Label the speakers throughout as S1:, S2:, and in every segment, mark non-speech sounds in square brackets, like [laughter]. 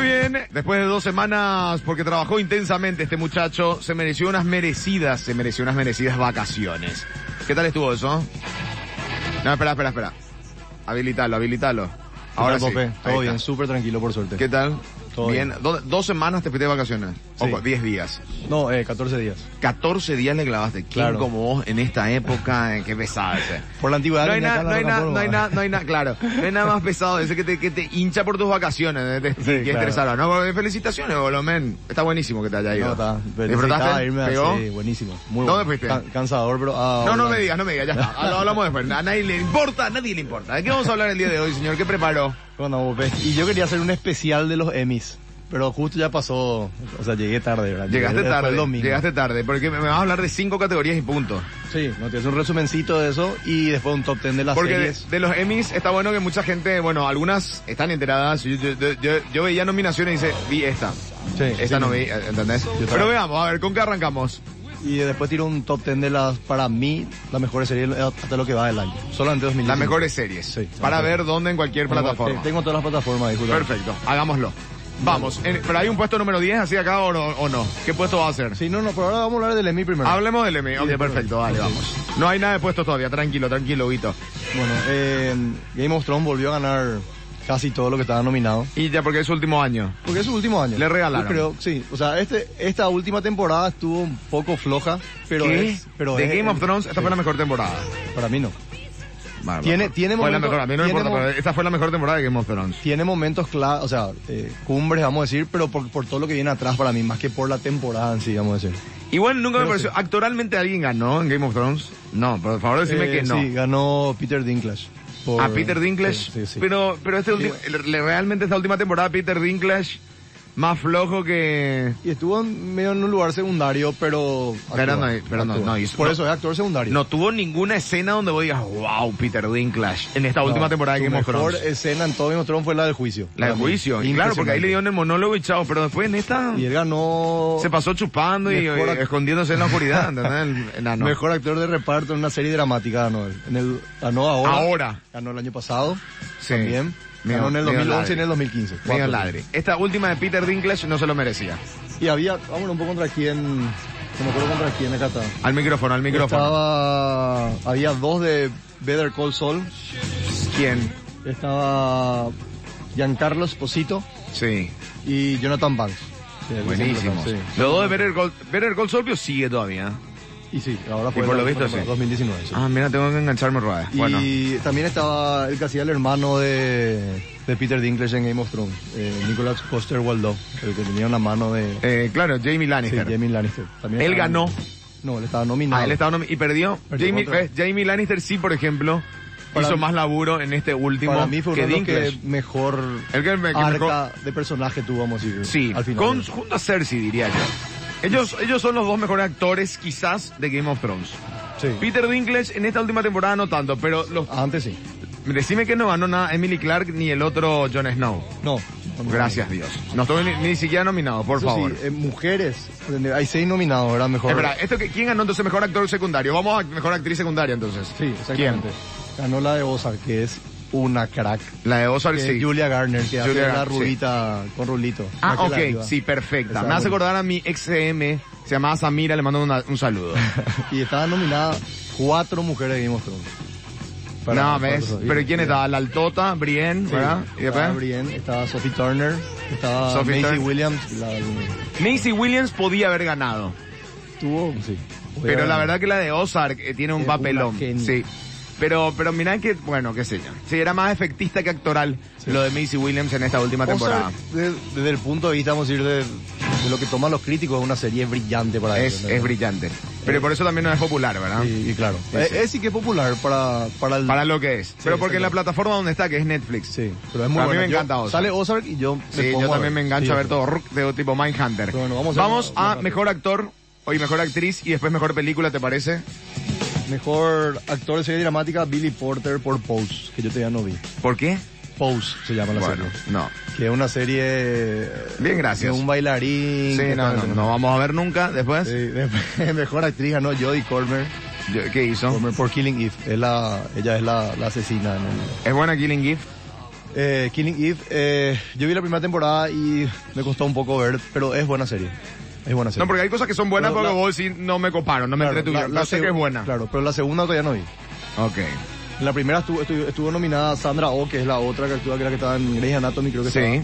S1: bien, después de dos semanas, porque trabajó intensamente este muchacho, se mereció unas merecidas, se mereció unas merecidas vacaciones. ¿Qué tal estuvo eso? No, espera, espera, espera. Habilitalo, habilitalo. Ahora
S2: Ahora
S1: sí.
S2: Pope,
S1: Ahí
S2: todo bien,
S1: está.
S2: súper tranquilo por suerte.
S1: ¿Qué tal?
S2: Todo
S1: bien.
S2: bien.
S1: Do- dos semanas te pide vacaciones.
S2: Sí.
S1: Ojo, diez días.
S2: No, eh, 14 días.
S1: 14 días le clavaste. ¿Quién
S2: Claro.
S1: como vos en esta época? Eh, Qué pesado ese.
S2: Por la antigüedad.
S1: No hay
S2: que me
S1: nada,
S2: acá
S1: no
S2: la
S1: hay nada, no hay
S2: Rocaforma.
S1: nada, no hay nada, claro. No hay nada más pesado de ese que te, que te hincha por tus vacaciones, eh, te,
S2: Sí,
S1: y
S2: claro.
S1: estresarlo, ¿no? Felicitaciones, Bolomen. Está buenísimo que te haya ido.
S2: No, está. pero necesitaba
S1: ¿Disfrutaste?
S2: irme a-
S1: ¿Pegó?
S2: sí, buenísimo. Muy
S1: ¿Dónde
S2: bueno.
S1: fuiste?
S2: Can- cansador, pero... ah,
S1: No, no
S2: bueno.
S1: me digas, no me digas, ya está. Ah, Lo hablamos después. A nadie le importa, a nadie le importa. ¿De qué vamos a hablar el día de hoy, señor? ¿Qué preparó?
S2: Bueno, Pope, Y yo quería hacer un especial de los Emmys. Pero justo ya pasó, o sea, llegué tarde, ¿verdad?
S1: Llegaste
S2: Llegué- fue
S1: tarde.
S2: el domingo.
S1: Llegaste tarde, porque me me vas a hablar de cinco categorías y punto.
S2: Sí, no tienes un resumencito de eso y después un top 10 de las
S1: Porque de,
S2: series.
S1: de los Emmys está bueno que mucha gente, bueno, algunas están enteradas. Yo, yo- yo- yo- yo veía nominaciones y dice, vi esta.
S2: Sí,
S1: Esta
S2: sí.
S1: no vi, eh, ¿entendés?
S2: también.
S1: Pero veamos, a ver, ¿con qué arrancamos?
S2: Y después tiro un top 10 de las, para mí, las mejores series hasta lo que va del año. Solamente 2000.
S1: Las mejores series.
S2: Sí.
S1: para ver dónde en cualquier plataforma.
S2: Tengo todas las plataformas, disculpa.
S1: Perfecto, hagámoslo. Vamos, en- pero hay un puesto número 10 así acá o no, o no. ¿Qué puesto va a ser?
S2: Sí, no, no, pero ahora vamos a hablar del Emmy primero.
S1: Hablemos del Emmy. Ok,
S2: después-
S1: perfecto, dale,
S2: sí.
S1: vamos. No hay nada de puesto todavía, tranquilo, tranquilo, Guito.
S2: Bueno, eh, Game of Thrones volvió a ganar casi todo lo que estaba nominado.
S1: Y ya porque es su último año.
S2: Porque es su último año.
S1: Le regalaron.
S2: Yo creo, sí. O sea, este, esta última temporada estuvo un poco floja, pero
S1: ¿Qué?
S2: es... Pero
S1: de
S2: es-
S1: Game of Thrones, esta
S2: sí,
S1: fue la mejor temporada.
S2: Para mí no.
S1: Bárbaro.
S2: Tiene- tiene
S1: fue la
S2: momentos-
S1: mejor, a mí no me
S2: tiene
S1: importa,
S2: mo-
S1: pero esta fue la mejor temporada de Game of Thrones.
S2: Tiene momentos clave, o sea, eh, cumbres, vamos a decir, pero por, por todo lo que viene atrás para mí, más que por la temporada en sí, vamos a decir.
S1: Igual nunca me
S2: Pero
S1: pareció,
S2: sí.
S1: ¿actualmente alguien ganó en Game of Thrones? No, por favor decime
S2: Eh,
S1: que no.
S2: Sí, ganó Peter Dinklage. por-
S1: a Peter Dinklage.
S2: Sí, sí, sí.
S1: Pero, pero este último, le- realmente esta última temporada Peter Dinklage más flojo que...
S2: Y estuvo en- medio en un lugar secundario, pero...
S1: Pero no, pero no,
S2: actúa.
S1: no hizo-
S2: Por
S1: no.
S2: eso es actor secundario.
S1: No tuvo ninguna escena donde vos digas, wow, Peter Dinklage, en esta
S2: No,
S1: última temporada de
S2: su
S1: Game of
S2: mejor
S1: Thrones.
S2: escena en todo Game of Thrones fue la del juicio.
S1: La de
S2: Para mí.
S1: juicio. Y claro, porque ahí le dieron el monólogo y chao, pero después en esta
S2: Y él ganó...
S1: se pasó chupando y,
S2: Mejor
S1: eh,
S2: ac-
S1: escondiéndose en la oscuridad, ¿entendés?
S2: [laughs]
S1: El enano.
S2: Mejor actor de reparto en una serie dramática ganó él. En el, ganó ahora.
S1: Ahora.
S2: Ganó el año pasado.
S1: Sí.
S2: También.
S1: Medio-
S2: ganó en el
S1: medio
S2: 2011 y en
S1: ladri.
S2: el 2015.
S1: Medio
S2: Cuatro.
S1: ladri. Esta última de Peter Dinklage no se lo merecía.
S2: Y había... Vámonos un poco contra quién... No me acuerdo contra quién acá está.
S1: Al micrófono, al micrófono.
S2: Estaba... Había dos de Better Call Saul.
S1: ¿Quién?
S2: Estaba... Giancarlo Esposito.
S1: Sí.
S2: y Jonathan Banks. Que él
S1: Buenísimo.
S2: siempre está, sí.
S1: Los dos de Better Call, Better Call Saul, pero sigue todavía.
S2: Y sí, ahora fue
S1: Y por
S2: la-
S1: lo visto,
S2: fue
S1: sí.
S2: 2019. sí.
S1: Ah, mira, tengo que engancharme ruedas. Bueno.
S2: Y también estaba el que hacía el hermano de, de Peter Dinklage en Game of Thrones, eh, Nicholas Coster Waldau, el que tenía una mano de
S1: Eh, claro, Jamie
S2: sí,
S1: Lannister.
S2: Jamie Lannister. También
S1: Él
S2: estaba-
S1: ganó.
S2: No, él estaba nominado.
S1: Ah, él estaba nomi- y perdió.
S2: Perdió
S1: Jamie,
S2: contra-
S1: eh, Jamie Lannister sí, por ejemplo,
S2: Para
S1: hizo
S2: mí-
S1: más laburo en este último
S2: Para mí fue uno
S1: que
S2: de los que
S1: Dinklage.
S2: mejor
S1: El que me- que
S2: arca de personaje tuvo, vamos a decir.
S1: Sí,
S2: al final.
S1: con, junto a Cersei, diría yo. Ellos, ellos son los dos mejores actores, quizás, de Game of Thrones.
S2: Sí.
S1: Peter Dinklage en esta última temporada no tanto, pero los,
S2: Antes sí.
S1: decime que no ganó nada Emily Clark ni el otro Jon Snow.
S2: No.
S1: Gracias Dios. No estoy ni, ni siquiera nominado, por
S2: Eso
S1: favor.
S2: sí, eh, mujeres, hay seis nominados, ¿verdad? Mejor.
S1: Espera, ¿esto que, ¿quién ganó entonces mejor actor secundario? Vamos a mejor actriz secundaria entonces.
S2: Sí, exactamente. Ganó la de Ozark, que es una crack.
S1: ¿Quién? La de Ozark,
S2: Que es
S1: sí.
S2: Julia Garner, que hace
S1: Julia
S2: la
S1: Garner, sí.
S2: rubita con rulito.
S1: Ah,
S2: La que la
S1: ok,
S2: ayuda.
S1: sí, perfecta. Me
S2: Esa
S1: hace
S2: rubita.
S1: acordar a mi XM, se llamaba Samira, le mando una- un saludo.
S2: Y estaba nominada cuatro mujeres de Game of Thrones. [laughs] Para-
S1: no,
S2: para-
S1: ves,
S2: para-
S1: pero ¿quién estaba? La Altota, Brienne,
S2: Sí,
S1: ¿verdad? ¿Y
S2: estaba
S1: después?
S2: Brienne, estaba Sophie Turner, estaba
S1: Sophie
S2: Maisie
S1: Turner.
S2: Williams. La, la-
S1: Maisie Williams podía haber ganado,
S2: tuvo, sí.
S1: pero la verdad que la de Ozark eh, tiene un
S2: Es una
S1: papelón.
S2: genia.
S1: Sí. Pero, pero mirá que, bueno, qué sé yo. Sí, era más efectista que actoral
S2: Sí.
S1: lo de Maisie Williams en esta última temporada.
S2: Ozark, de- desde el punto de vista, vamos a decir, de, de lo que toman los críticos, es una serie brillante para ellos,
S1: Es,
S2: ¿no?
S1: es brillante. Pero por eso también no es popular, ¿verdad?
S2: Eh, Y, y claro,
S1: Sí,
S2: eh,
S1: sí.
S2: es sí que es popular para, para el...
S1: Para lo que es. pero porque en la
S2: exacto.
S1: plataforma donde está, que es Netflix.
S2: Sí, pero es muy
S1: A mí
S2: buena.
S1: me
S2: Yo-
S1: encanta Ozark.
S2: Sale Ozark y yo me
S1: Sí,
S2: pongo
S1: yo también me
S2: ver.
S1: engancho
S2: Sí,
S1: a ver todo ruc, de tipo Mindhunter.
S2: Pero bueno, vamos a
S1: vamos
S2: hacer una-
S1: a,
S2: una
S1: mejor actor, hoy mejor actriz y después mejor película, ¿te parece?
S2: Mejor actor de serie dramática, Billy Porter por Pose, que yo todavía no vi.
S1: ¿Por qué?
S2: Pose se llama la
S1: Bueno,
S2: serie.
S1: no.
S2: Que es una serie...
S1: Bien, gracias.
S2: De un bailarín.
S1: Sí,
S2: que
S1: no,
S2: está-
S1: no, no vamos a ver nunca después.
S2: Sí, después, [laughs] mejor actriz ganó Jodie Cormer,
S1: Yo- ¿Qué hizo?
S2: Cormer por Killing Eve. Es la, ella es la, la asesina. en el-
S1: ¿Es buena Killing Gift?
S2: Eh, Killing Eve, eh, yo vi la primera temporada y me costó un poco ver, pero es buena serie. Es buena serie.
S1: No, porque hay cosas que son buenas,
S2: Pero
S1: pero
S2: la-
S1: vos sí no me coparon, no me
S2: Claro,
S1: entretuvieron. La, sé
S2: seg-
S1: que es buena.
S2: Claro, pero la segunda todavía no vi.
S1: Ok.
S2: En la primera estuvo, estuvo, estuvo nominada Sandra Oh, que es la otra que actúa, que era que estaba en Grey's Anatomy, creo que
S1: Sí.
S2: estaba.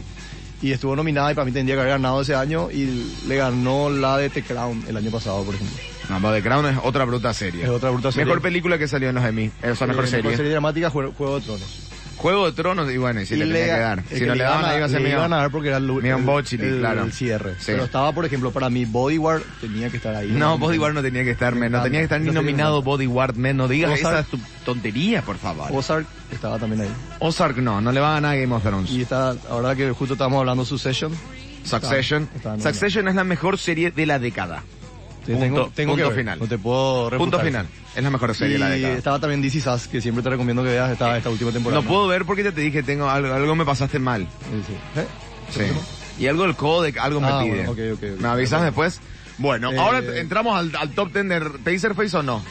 S2: Y estuvo nominada y para mí tendría que haber ganado ese año y le ganó la de The Crown el año pasado, por ejemplo.
S1: No, pero The Crown es otra bruta serie.
S2: Es otra bruta serie.
S1: Mejor película que salió en los Emmy. O sea, mejor
S2: Eh,
S1: serie.
S2: dramática, Juego, Juego de Tronos.
S1: Juego de Tronos, y bueno, y si le,
S2: Y
S1: tenía
S2: ga-
S1: que dar.
S2: el
S1: Si
S2: que
S1: no le daban,
S2: iban a-
S1: ahí iba a ser
S2: le
S1: medio-
S2: iban a dar porque era el,
S1: medio
S2: el-
S1: bocili,
S2: el-
S1: claro.
S2: el cierre.
S1: Sí.
S2: Pero estaba, por ejemplo, para mí Bodyguard tenía que estar ahí.
S1: No, Bodyguard no tenía que estar,
S2: Me
S1: men, no
S2: encanta.
S1: tenía que estar ni
S2: No tenía
S1: nominado
S2: nada.
S1: Bodyguard, men, no digas
S2: Ozark.
S1: esas tu- tonterías, por favor.
S2: Ozark estaba también ahí.
S1: Ozark no, no le va a ganar a Game of Thrones.
S2: Y está, ahora que justo estábamos hablando de Succession,
S1: Succession.
S2: Está- está, no,
S1: Succession es la mejor serie de la década.
S2: te
S1: Punto-
S2: tengo, tengo
S1: punto
S2: que ver,
S1: final.
S2: No te puedo refutar.
S1: Punto final. Es la mejor serie de la
S2: Y
S1: década.
S2: estaba también DC Sass, que siempre te recomiendo que veas esta, esta última temporada.
S1: No puedo ver porque ya te dije, tengo algo, algo me pasaste mal.
S2: Sí, sí. ¿Eh?
S1: Sí. Y algo del codec, algo
S2: Ah,
S1: me pide.
S2: bueno, ok, ok, ok.
S1: ¿Me avisas después? Bueno,
S2: Eh,
S1: ahora t- entramos al, al top 10 de Taserface o no.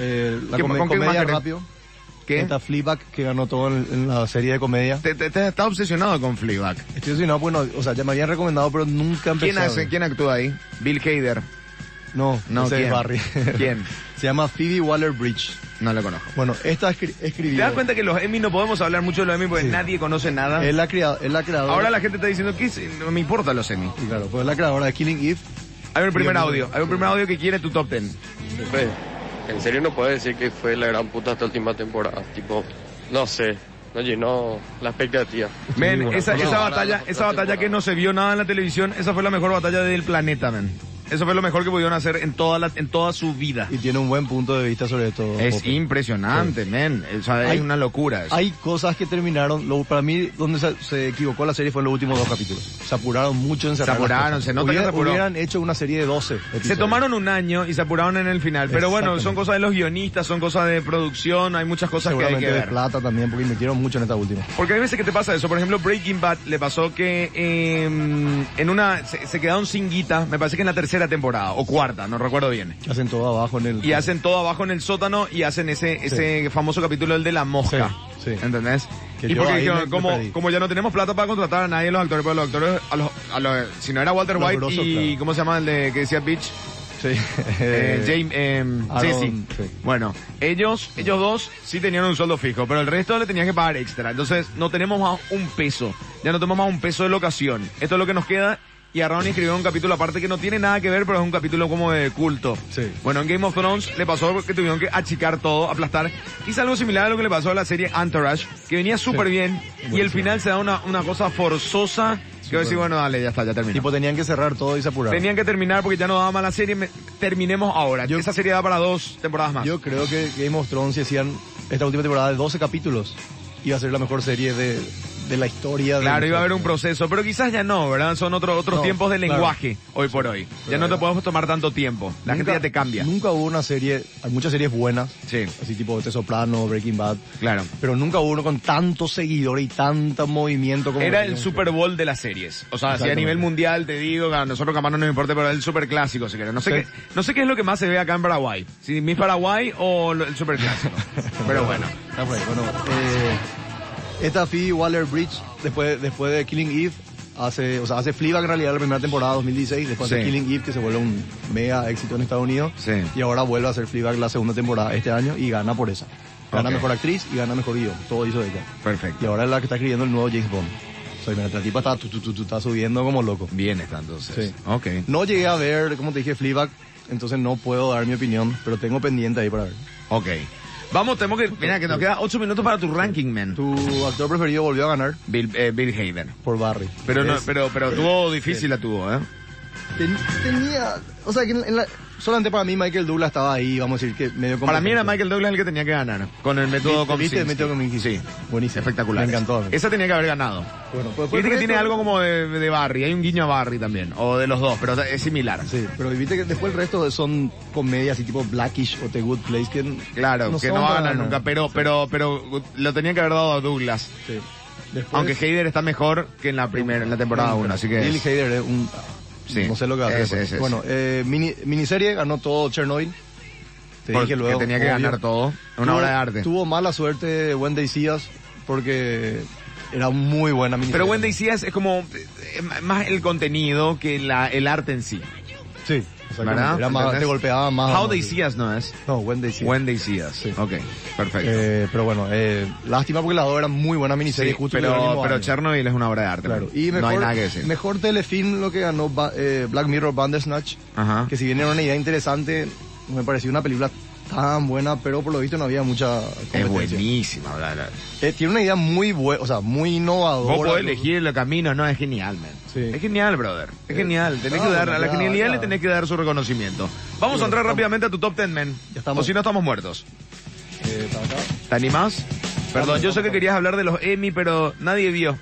S2: Eh, la
S1: ¿Qué-
S2: come-
S1: con qué más
S2: comedia
S1: querés?
S2: rápido.
S1: ¿Qué?
S2: Está Fleabag, que ganó todo en, en la serie de comedia.
S1: Te, te- te- estás obsesionado con Fleabag.
S2: Estoy obsesionado, bueno, o sea, ya me habían recomendado, pero nunca empecé
S1: ¿Quién,
S2: a
S1: hace,
S2: ver.
S1: ¿Quién actúa ahí? Bill Hader.
S2: No,
S1: No,
S2: no ese
S1: ¿quién?
S2: es Barry. [laughs]
S1: ¿Quién?
S2: Se llama Phoebe Waller-Bridge.
S1: No lo conozco.
S2: Bueno, esta escri
S1: ¿Te
S2: escribió...
S1: das cuenta que los Emmy no podemos hablar mucho de los Emmy porque nadie conoce nada?
S2: Es la, crea- es la creadora...
S1: Ahora la gente está diciendo que es- no me importa los Emmy.
S2: Y claro, pues es la creadora de Killing Eve.
S1: Hay un primer
S2: Bien,
S1: audio, hay un primer audio que quiere tu top 10.
S3: Fe, en serio no puedo decir que fue la gran puta esta última temporada. Tipo, no sé, no llenó la expectativa.
S1: Men,
S2: bueno,
S1: esa,
S3: no,
S1: esa
S3: no,
S1: batalla,
S3: no, no,
S1: esa
S3: no,
S1: batalla
S3: no.
S1: que no se vio nada en la televisión, esa fue la mejor batalla del planeta, men. Eso fue lo mejor que pudieron hacer en toda la, en toda su vida.
S2: Y tiene un buen punto de vista sobre todo.
S1: Es
S2: Pope.
S1: impresionante, men. O sea, es
S2: Hay-
S1: una locura eso.
S2: Hay cosas que terminaron, lo- para mí, donde se, se equivocó la serie fue en los últimos dos capítulos. Se apuraron mucho en cerrar las
S1: apuraron,
S2: cosas.
S1: se nota que
S2: Hubiera-
S1: se apuró.
S2: Hubieran hecho una serie de 12 episodios.
S1: Se tomaron un año y se apuraron en el final. Pero bueno, son
S2: Exactamente.
S1: cosas de los guionistas, son cosas de producción, hay muchas cosas que hay
S2: seguramente
S1: que
S2: de
S1: ver.
S2: plata también, porque invirtieron mucho en esta última.
S1: Porque hay veces que te pasa eso. Por ejemplo, Breaking Bad le pasó que eh, en una se, se quedaron sin guita, me parece que en la tercera temporada o cuarta, no recuerdo bien.
S2: Hacen todo abajo en el...
S1: Y hacen todo abajo en el sótano y hacen ese ese famoso capítulo el de la mosca.
S2: Sí, sí.
S1: ¿Entendés?
S2: Que
S1: y
S2: yo
S1: porque
S2: ahí
S1: dijeron,
S2: me- me
S1: como,
S2: perdí.
S1: como ya no tenemos plata para contratar a nadie los actores, pero los actores, a los, a los- si no era Walter
S2: Los
S1: White
S2: grosos,
S1: y,
S2: claro.
S1: ¿cómo se llama el de que decía Beach?
S2: [laughs] Sí.
S1: Eh, James, eh,
S2: Aaron,
S1: Jesse.
S2: sí.
S1: Bueno, ellos, ellos dos sí tenían un sueldo fijo, pero el resto le tenían que pagar extra. Entonces, no tenemos más un peso. Ya no tenemos más un peso de locación. Esto es lo que nos queda. Y a Ron escribió un capítulo aparte que no tiene nada que ver, pero es un capítulo como de culto.
S2: Sí.
S1: Bueno, en Game of Thrones le pasó que tuvieron que achicar todo, aplastar. Hice algo similar a lo que le pasó a la serie Entourage, que venía súper
S2: Sí.
S1: bien. Y el
S2: Buenísimo.
S1: final se da una, una cosa forzosa. Que voy a decir, bueno, dale, ya está, ya terminó.
S2: Tipo, tenían que cerrar todo y se apuraron.
S1: Tenían que terminar porque ya no daba más la serie. me- terminemos ahora.
S2: Yo-
S1: Esa serie da para dos temporadas más.
S2: Yo creo que Game of Thrones, si hacían esta última temporada de 12 capítulos, iba a ser la mejor serie de, de la historia. de-
S1: claro, iba a haber un proceso, pero quizás ya no, ¿verdad? Son otros otros
S2: No,
S1: tiempos de
S2: claro.
S1: lenguaje hoy por hoy. Ya no te
S2: ¿verdad?
S1: podemos tomar tanto tiempo. La gente
S2: Nunca-
S1: ya te cambia.
S2: Nunca hubo una serie, hay muchas series buenas,
S1: Sí,
S2: así tipo The Soprano, Breaking Bad,
S1: claro.
S2: pero nunca hubo uno con tanto seguidor y tanto movimiento como...
S1: Era el Super Bowl de las series. O sea, si a
S2: Exactamente.
S1: nivel mundial te digo, a nosotros capaz no nos importa, pero es el Super Clásico, si querés. No sé,
S2: Sí.
S1: qué, no sé qué es lo que más se ve acá en Paraguay. Si Miss Paraguay o lo- el Super Clásico.
S2: [laughs]
S1: pero bueno.
S2: Está por ahí, bueno, eh, esta Phoebe Waller-Bridge, después, después de Killing Eve, hace, o sea, hace Fleabag en realidad la primera temporada 2016, después
S1: Sí.
S2: hace Killing Eve, que se vuelve un mega éxito en Estados Unidos,
S1: Sí.
S2: y ahora vuelve a hacer Fleabag la segunda temporada este año y gana por esa. Gana
S1: Ok.
S2: mejor actriz y gana mejor guión, todo hizo ella. Y
S1: Perfecto.
S2: ahora es la que está escribiendo el nuevo James Bond. O sea, mira, la tipa está, tu, tu, tu, tu, está subiendo como loco.
S1: Bien está entonces.
S2: Sí.
S1: Ok.
S2: No llegué a ver, como te dije, Fleabag, entonces no puedo dar mi opinión, pero tengo pendiente ahí para ver.
S1: Ok. Vamos, tenemos que... Mira, que nos queda 8 minutos para tu ranking, man.
S2: Tu actor preferido volvió a ganar
S1: Bill, eh, Bill Hader.
S2: por Barry.
S1: Pero no,
S2: Es-
S1: pero, pero tuvo difícil la tuvo, ¿eh?
S2: ten- tenía, o sea, que en, en la- solamente para mí Michael Douglas estaba ahí, vamos a decir que medio
S1: Para mí era
S2: competente.
S1: Michael Douglas el que tenía que ganar. Con el método
S2: ¿Viste? ¿Viste el método
S1: Kominsky.
S2: Kominsky?
S1: Sí.
S2: Buenísimo.
S1: Espectacular.
S2: Me encantó.
S1: Esa tenía que haber ganado.
S2: Bueno, pues,
S1: Viste que
S2: después-
S1: tiene algo como de, de Barry, hay un guiño a Barry también, o de los dos, pero es similar.
S2: Sí, pero viste que después el resto son comedias y tipo Blackish o The Good Place que n-
S1: Claro, que
S2: son
S1: no va a
S2: para
S1: ganar nunca, pero, pero, pero lo tenía que haber dado a Douglas.
S2: Sí. Después-
S1: Aunque Heider está mejor que en la primera, en la temporada 1, así que...
S2: Bill
S1: es-
S2: Hader es eh, un...
S1: Sí,
S2: no sé lo que va a hacer.
S1: ese,
S2: pues.
S1: ese, ese.
S2: bueno, eh, mini, miniserie ganó todo Chernobyl. Te
S1: porque
S2: dije luego.
S1: tenía que
S2: obvio.
S1: ganar todo, una
S2: Tuvo-
S1: obra de arte.
S2: Tuvo mala suerte Wendy Cías porque Era muy buena miniserie.
S1: Pero Wendy Cías es como eh, más el contenido que la, el arte en sí.
S2: Sí, exactamente.
S1: ¿Verdad?
S2: Era más,
S1: ¿Entendés?
S2: te golpeaba más.
S1: How They
S2: Sí.
S1: See Us no es.
S2: No, Wendy sí.
S1: When They See Us. Ok, perfecto.
S2: Eh, pero bueno, eh, lástima porque las dos eran muy buenas
S1: Sí,
S2: miniseries. justo en el
S1: pero,
S2: mismo
S1: pero
S2: año.
S1: Chernobyl es una obra de arte.
S2: Claro.
S1: man.
S2: Y mejor,
S1: no hay nada que decir.
S2: mejor telefilm lo que ganó Ba- eh, Black Mirror Bandersnatch,
S1: Ajá.
S2: que si bien era una idea interesante, no me pareció una película tan buena, pero por lo visto no había mucha
S1: Es
S2: competencia.
S1: buenísima. bla, bla.
S2: Eh, tiene una idea muy buena, o sea, muy innovadora.
S1: Vos podés elegir el camino, no, es genial, man.
S2: Sí.
S1: Es genial, brother. Es
S2: Eh,
S1: genial. Tenés que
S2: claro,
S1: dar, a la
S2: ya,
S1: genialidad
S2: ya.
S1: le tenés que dar su reconocimiento. Vamos a entrar
S2: estamos-
S1: rápidamente a tu top 10, man.
S2: Ya estamos.
S1: O si no, estamos muertos.
S2: Eh, para acá.
S1: ¿Te animás? Perdón,
S2: Vamos,
S1: yo sé
S2: vamos,
S1: que
S2: vamos.
S1: querías hablar de los Emmy, pero nadie vio.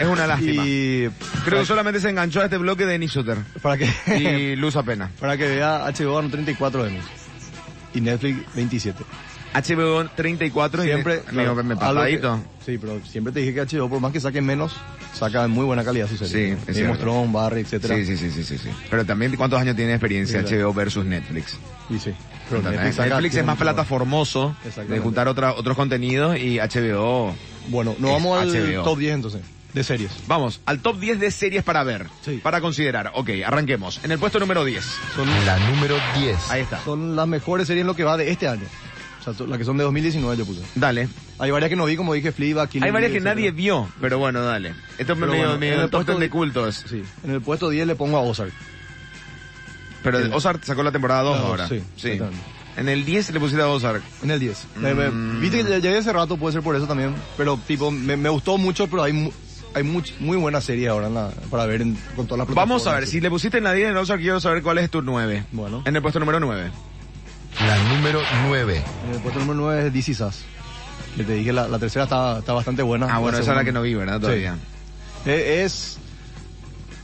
S1: Es una lástima.
S2: Y
S1: Creo que solamente se enganchó a este bloque de Denis Sutter.
S2: para que,
S1: Y Luz apenas.
S2: [laughs] para que vea, HBO ganó 34 Emmys. Y Netflix 27.
S1: HBO 34
S2: Siempre,
S1: y me,
S2: claro,
S1: me, me
S2: algo que-
S1: papadito.
S2: sí, pero siempre te dije que HBO, por más que saquen menos, saca de muy buena calidad su serie.
S1: Sí, es
S2: Game
S1: cierto.
S2: of Thrones, Barry, etcétera.
S1: Sí, sí, sí, sí, sí, sí. Pero también, ¿cuántos años tiene experiencia
S2: Sí, claro.
S1: HBO versus Netflix?
S2: Y sí. Pero
S1: ¿Entendés? Netflix,
S2: saca-
S1: es más
S2: tiene mucho-
S1: plataformoso de
S2: Exactamente.
S1: juntar otra, otros contenidos y HBO.
S2: Bueno, nos
S1: Es
S2: vamos al
S1: HBO.
S2: top 10 entonces, de series.
S1: Vamos, al top 10 de series para ver,
S2: Sí.
S1: para considerar. Ok, arranquemos. En el puesto número 10.
S2: Son,
S4: La número 10.
S1: Ahí está.
S2: son las mejores series en lo que va de este año. O sea, to- las que son de 2019 yo puse.
S1: Dale.
S2: Hay varias que no vi, como dije, Fleabag, Killing
S1: Hay varias que
S2: Eve,
S1: nadie
S2: etcétera.
S1: vio, pero bueno, dale. Esto me
S2: Pero
S1: medio,
S2: bueno, en
S1: medio
S2: el
S1: top
S2: puesto
S1: 10 de
S2: de-
S1: cultos.
S2: Sí. En el puesto 10 le pongo a Ozark.
S1: Pero
S2: Sí.
S1: Ozark sacó la temporada 2
S2: Claro,
S1: ahora.
S2: sí, totalmente.
S1: En el 10 le pusiste a Ozark.
S2: En el 10. Eh, me-
S1: Mm.
S2: Viste que ya llegué hace rato, puede ser por eso también. Pero, tipo, me, me gustó mucho, pero hay, mu- hay much- muy buena serie ahora en la- para ver en- con todas las plataformas.
S1: Vamos a ver, si le pusiste en la 10 en Ozark, quiero saber cuál es tu 9.
S2: Bueno.
S1: En el puesto número 9.
S4: La número 9.
S2: En el puesto número 9 es This Is Us. Que te dije, la, la tercera está, está bastante buena.
S1: Ah, bueno, esa es la que no vi, ¿verdad?
S2: Sí.
S1: Todavía.
S2: Eh, Es,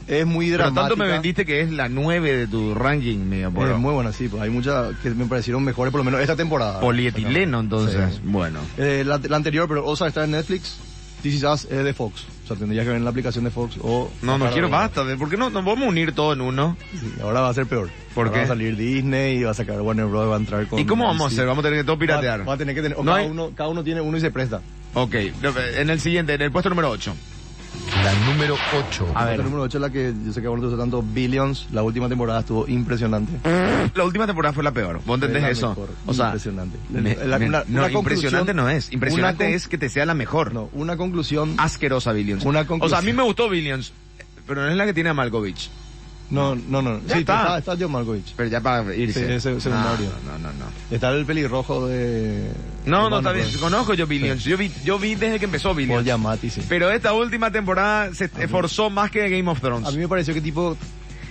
S2: es muy
S1: Pero
S2: dramática.
S1: tanto me vendiste que es la 9 de tu ranking, medio
S2: Es
S1: poro.
S2: muy buena, sí, pero hay muchas que me parecieron mejores, por lo menos esta temporada.
S1: polietileno, entonces.
S2: Sí.
S1: Bueno.
S2: Eh, la, la anterior, pero Osa está en Netflix. This Is Us es de Fox. O sea, tendría que ver en la aplicación de Fox o...
S1: No, no
S2: Claro,
S1: quiero,
S2: bueno.
S1: basta. de- ¿Por qué no nos vamos a unir todo en uno?
S2: Sí, ahora va a ser peor.
S1: ¿Por
S2: Ahora
S1: qué?
S2: Va a salir Disney y va a sacar Warner Bros. va a entrar con...
S1: ¿Y cómo vamos a
S2: sí.
S1: hacer? Vamos a tener que todo piratear.
S2: Va, va a tener que tener... o
S1: No
S2: cada,
S1: hay-
S2: uno, cada uno tiene uno y se presta.
S1: Ok, en el siguiente, en el puesto número 8.
S4: La número 8.
S1: A ver.
S2: La número 8 es la que yo sé que a vos no te gusta tanto, Billions. La última temporada estuvo impresionante.
S1: Eh. La última temporada fue la peor. ¿Vos entendés
S2: Es la
S1: eso?
S2: mejor.
S1: O sea,
S2: Impresionante.
S1: me-
S2: La-
S1: me-
S2: una-
S1: no,
S2: una
S1: impresionante
S2: conclusión-
S1: no es. Impresionante
S2: una con-
S1: es que te sea la mejor.
S2: No, una conclusión...
S1: Asquerosa Billions.
S2: Una
S1: O sea, a
S2: conclusión.
S1: mí me gustó Billions, pero no es la que tiene a Malkovich.
S2: No, no, no.
S1: Ya
S2: sí,
S1: está.
S2: está. Está, John Malkovich.
S1: Pero ya para irse.
S2: Sí, ese- ese
S1: no,
S2: Mario.
S1: no, no, no.
S2: Está el pelirrojo de...
S1: No,
S2: de
S1: no, está bien.
S2: Warner Bros.
S1: Conozco yo Billions. Yo vi, yo vi desde que empezó
S2: Paul
S1: Billions.
S2: Giamatti, sí.
S1: Pero esta última temporada se esforzó más que Game of Thrones.
S2: A mí me pareció que tipo...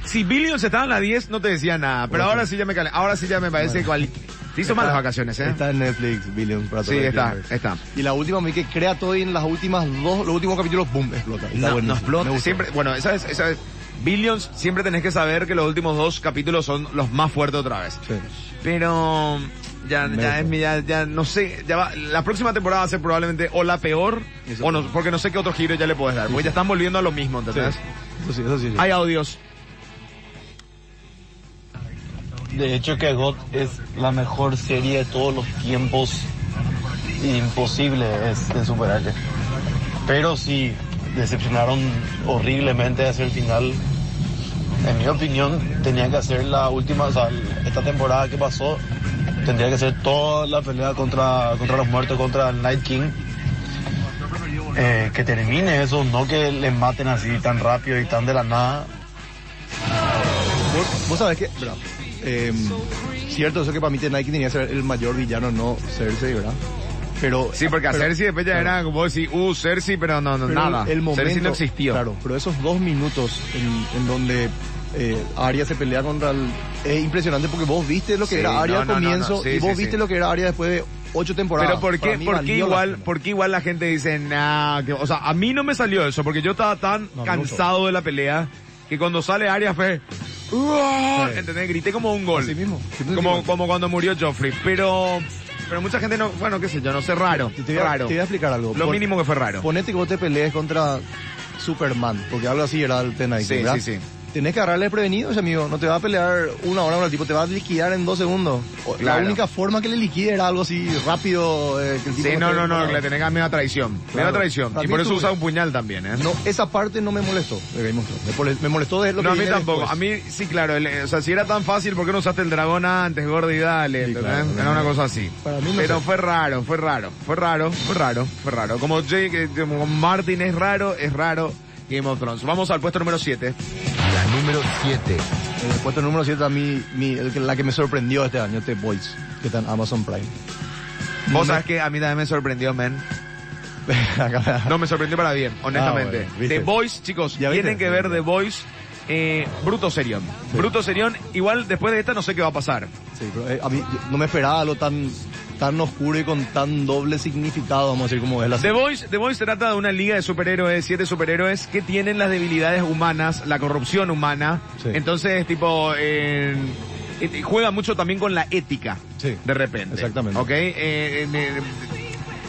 S1: Si Billions estaba en la 10, no te decía nada. Pero ahora sí ya me cale- Ahora sí ya me parece cual... Te hizo
S2: mal
S1: malas vacaciones, ¿eh?
S2: Está en Netflix, Billions, para
S1: Sí,
S2: todos los
S1: está,
S2: gamers.
S1: está.
S2: Y la última, me que crea todo y en las últimas dos, los últimos capítulos, boom, explota. Está
S1: No,
S2: buenísimo.
S1: no
S2: Me
S1: explota.
S2: gustó.
S1: Siempre, bueno, esa es, esa es- Billions, siempre tenés que saber que los últimos dos capítulos son los más fuertes otra vez.
S2: Sí.
S1: Pero ya,
S2: Me
S1: ya
S2: gusta.
S1: es mi, ya, ya no sé, ya va, la próxima temporada va a ser probablemente o la peor,
S2: Eso.
S1: o no, porque no sé qué otro giro ya le puedes dar, porque ya están volviendo a lo mismo,
S2: Sí.
S1: ¿entendés?
S2: Eso sí, eso sí.
S1: Hay audios.
S5: De hecho que God es la mejor serie de todos los tiempos. Imposible es de superarle. Pero sí, decepcionaron horriblemente hacia el final. En mi opinión, tenía que hacer la última, o sea, esta temporada que pasó, tendría que hacer toda la pelea contra, contra los muertos, contra el Night King. Eh, que termine eso, no que les maten así tan rápido y tan de la nada.
S1: Ah.
S2: Vos, vos sabés que, verdad, eh, cierto, eso que para mí Nike tenía que ser el mayor villano, no Cersei, ¿verdad? Pero,
S1: Sí, porque a
S2: pero-
S1: Cersei después ya
S2: claro.
S1: era como decir, uh, Cersei, pero no, no,
S2: Pero
S1: nada.
S2: El momento,
S1: Cersei no existió.
S2: Claro, pero esos dos minutos en, en donde eh, Arya se pelea contra el... Es impresionante porque vos viste lo que
S1: Sí,
S2: era Arya
S1: no, no,
S2: al comienzo
S1: no, no, sí,
S2: y vos
S1: sí, sí.
S2: viste lo que era Arya después de ocho temporadas.
S1: Pero ¿por
S2: Para
S1: qué,
S2: mí
S1: por qué
S2: valió la
S1: igual,
S2: pena.
S1: por qué igual la gente dice, nah, que, o sea, a mí no me salió eso, porque yo estaba tan
S2: No, me
S1: cansado de la pelea, que cuando sale Arias fue, "Uah",
S2: Sí.
S1: ¿entendés? Grité como un gol.
S2: Así mismo.
S1: Como, como cuando murió Joffrey, pero, pero mucha gente no, bueno, qué sé yo, no sé, raro,
S2: Te, te voy a,
S1: raro.
S2: te voy a explicar algo.
S1: Lo
S2: Pon-
S1: mínimo que fue raro.
S2: Ponete que vos te pelees contra Superman, porque algo así era el T-Nike,
S1: Sí,
S2: ¿verdad?
S1: sí, sí.
S2: tenés que agarrarle prevenido ese amigo. No te va a pelear una hora con el tipo, te va a liquidar en dos segundos. O-
S1: Claro.
S2: La única forma que le liquide era algo así rápido. eh, que el tipo
S1: Sí, no, no,
S2: esté
S1: no,
S2: preparado.
S1: le tenés que dar medio traición. Medio
S2: Claro.
S1: traición. Y
S2: A mí
S1: por eso
S2: tú-
S1: usa un puñal también, ¿eh?
S2: No, esa parte no me molestó. de Game of Thrones. Me mole- Me molestó de lo
S1: No,
S2: que
S1: a mí
S2: viene
S1: tampoco.
S2: después.
S1: A mí, sí, claro. el- o sea, si era tan fácil, ¿por qué no usaste el dragón antes, Gordy? Dale,
S2: Sí,
S1: ¿entendés?
S2: claro,
S1: Era una
S2: no.
S1: cosa así.
S2: Para mí no
S1: Pero
S2: sé.
S1: fue raro, fue raro, fue raro, fue raro, fue raro. Como Jake, eh, como Martin es raro, es raro Game of Thrones. Vamos al puesto número 7.
S4: La número 7.
S2: En el puesto número 7 a mí, mi- el que- la que me sorprendió este año, The Boys, que está en Amazon Prime. [laughs]
S1: Vos sabés que a mí también me sorprendió, men. No, me sorprendió para bien, honestamente.
S2: Ah, bueno, viste.
S1: The Voice, chicos,
S2: ¿Ya viste?
S1: tienen que ver The Voice. Eh, Bruto Serión. Bruto Serión, igual después de esta no sé qué va a pasar.
S2: Sí, pero, eh, a mí yo no me esperaba algo tan, tan oscuro y con tan doble significado, vamos a decir, como es la
S1: The Voice, The Voice trata de una liga de superhéroes, siete superhéroes que tienen las debilidades humanas, la corrupción humana.
S2: Sí.
S1: Entonces, tipo, eh, eh, juega mucho también con la ética.
S2: Sí.
S1: De repente.
S2: Exactamente.
S1: Ok. eh, eh, eh,